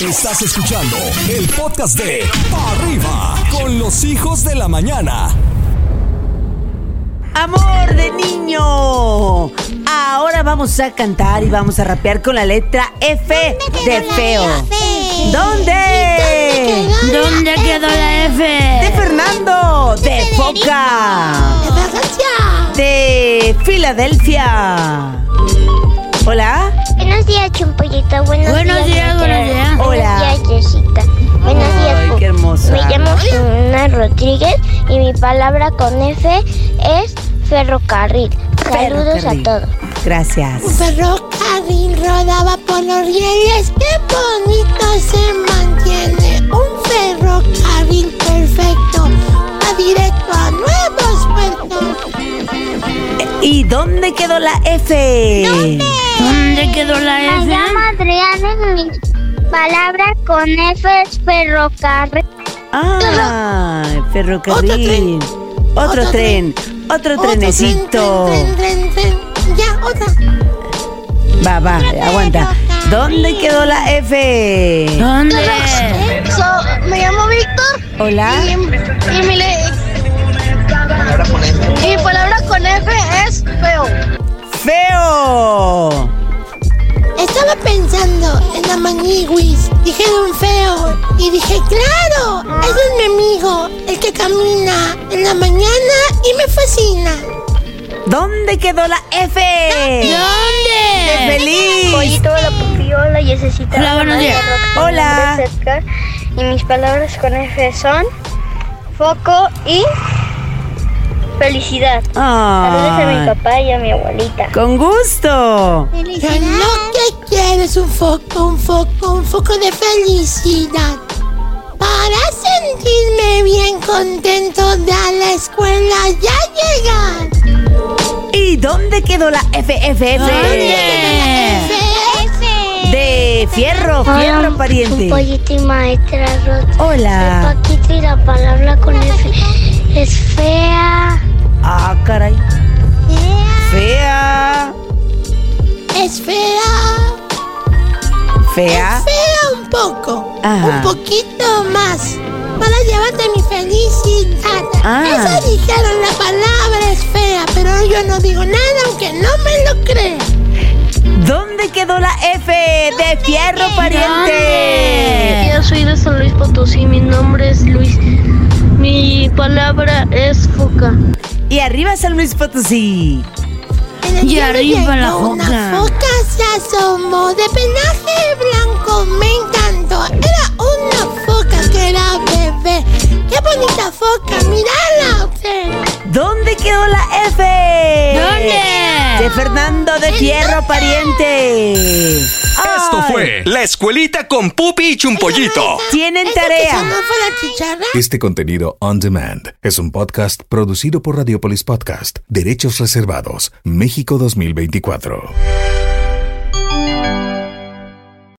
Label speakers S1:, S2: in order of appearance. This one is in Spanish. S1: Estás escuchando el podcast de Pa' Arriba con los hijos de la mañana.
S2: Amor de niño. Ahora vamos a cantar y vamos a rapear con la letra F de feo. ¿Dónde?
S3: ¿Dónde quedó la
S2: De
S3: F?
S2: Fernando, de Foca, de Filadelfia. Hola.
S4: Buenos días, Chumpollito. Buenos,
S3: Buenos días, buenos días.
S2: Hola.
S4: Buenos días, Yesita. Buenos días,
S2: Ay,
S4: Pu.
S2: qué hermosa.
S4: Me llamo Jimena Rodríguez y mi palabra con F es ferrocarril. Saludos a
S2: Ferrocarril.
S4: todos.
S2: Gracias.
S5: Un ferrocarril rodaba por los rieles, qué bonito se mantiene. Un ferrocarril perfecto, va directo a nuevos puertos.
S2: ¿Y dónde quedó la F?
S3: ¿Dónde quedó la F?
S4: Adriana y mi palabra con F es ferrocarril.
S2: Ah, ferrocarril. Otro
S5: Otro
S2: tren. Otro
S5: Otro tren,
S2: trenecito.
S5: tren, tren, tren, tren. Ya, otra.
S2: Va, va, aguanta. ¿Dónde quedó la F?
S3: ¿Dónde?
S4: me llamo Víctor
S2: Hola.
S4: y mi, palabra con F es feo.
S2: Feo.
S5: Estaba pensando en la maniguis. Dijeron feo. Y dije, claro, ese es mi amigo, el que camina en la mañana y me fascina.
S2: ¿Dónde quedó la F?
S3: ¿Dónde?
S2: Feliz.
S4: Pollito, la pupi, hola, Yesecita.
S3: Hola, buenos días.
S2: Hola.
S4: Mi nombre es Edgar, Y mis palabras con F son foco y felicidad. Saludos a mi
S2: Ay,
S4: papá y a mi abuelita.
S2: Ah, con gusto.
S5: Yo lo que quiero es un foco, un foco, un foco de felicidad. Para sentirme bien contento de a la escuela ya llegar.
S2: ¿Y dónde quedó la F? F, F.
S3: ¿Dónde?
S2: De fierro,
S4: Ah,
S2: fierro pariente. Ah.
S4: pollito y maestra Rod.
S2: Hola.
S4: Paquito y la palabra con F es fea.
S2: Ah, caray. Fea.
S5: Es fea.
S2: Fea.
S5: Es fea Ah, un poco.
S2: Ajá.
S5: Un poquito más. Para llevarte mi felicidad.
S2: Ah.
S5: Eso dijeron, la palabra es fea, pero yo no digo nada aunque no me lo creas.
S2: ¿Dónde quedó la F? De fierro pariente.
S6: Yo soy de San Luis Potosí, mi nombre es Luis. Mi palabra es foca.
S2: Y arriba San Luis Potosí.
S5: En el
S3: Y
S5: cielo
S3: arriba la
S5: llegó Una
S3: foca.
S5: foca se asomó de penaje blanco, me encantó. Era una foca que era bebé. ¡Qué bonita foca! ¡Mírala! usted!
S2: ¿Dónde quedó la F?
S3: ¿Dónde?
S2: De Fernando de Fierro pariente.
S1: Esto
S2: Ay,
S1: fue La Escuelita con Pupi y Chumpollito.
S2: Tienen
S5: ¿Eso
S2: tarea.
S5: que sonó fue la chicharra?
S7: Este contenido on demand es un podcast producido por Radiopolis Podcast, Derechos Reservados, México 2024.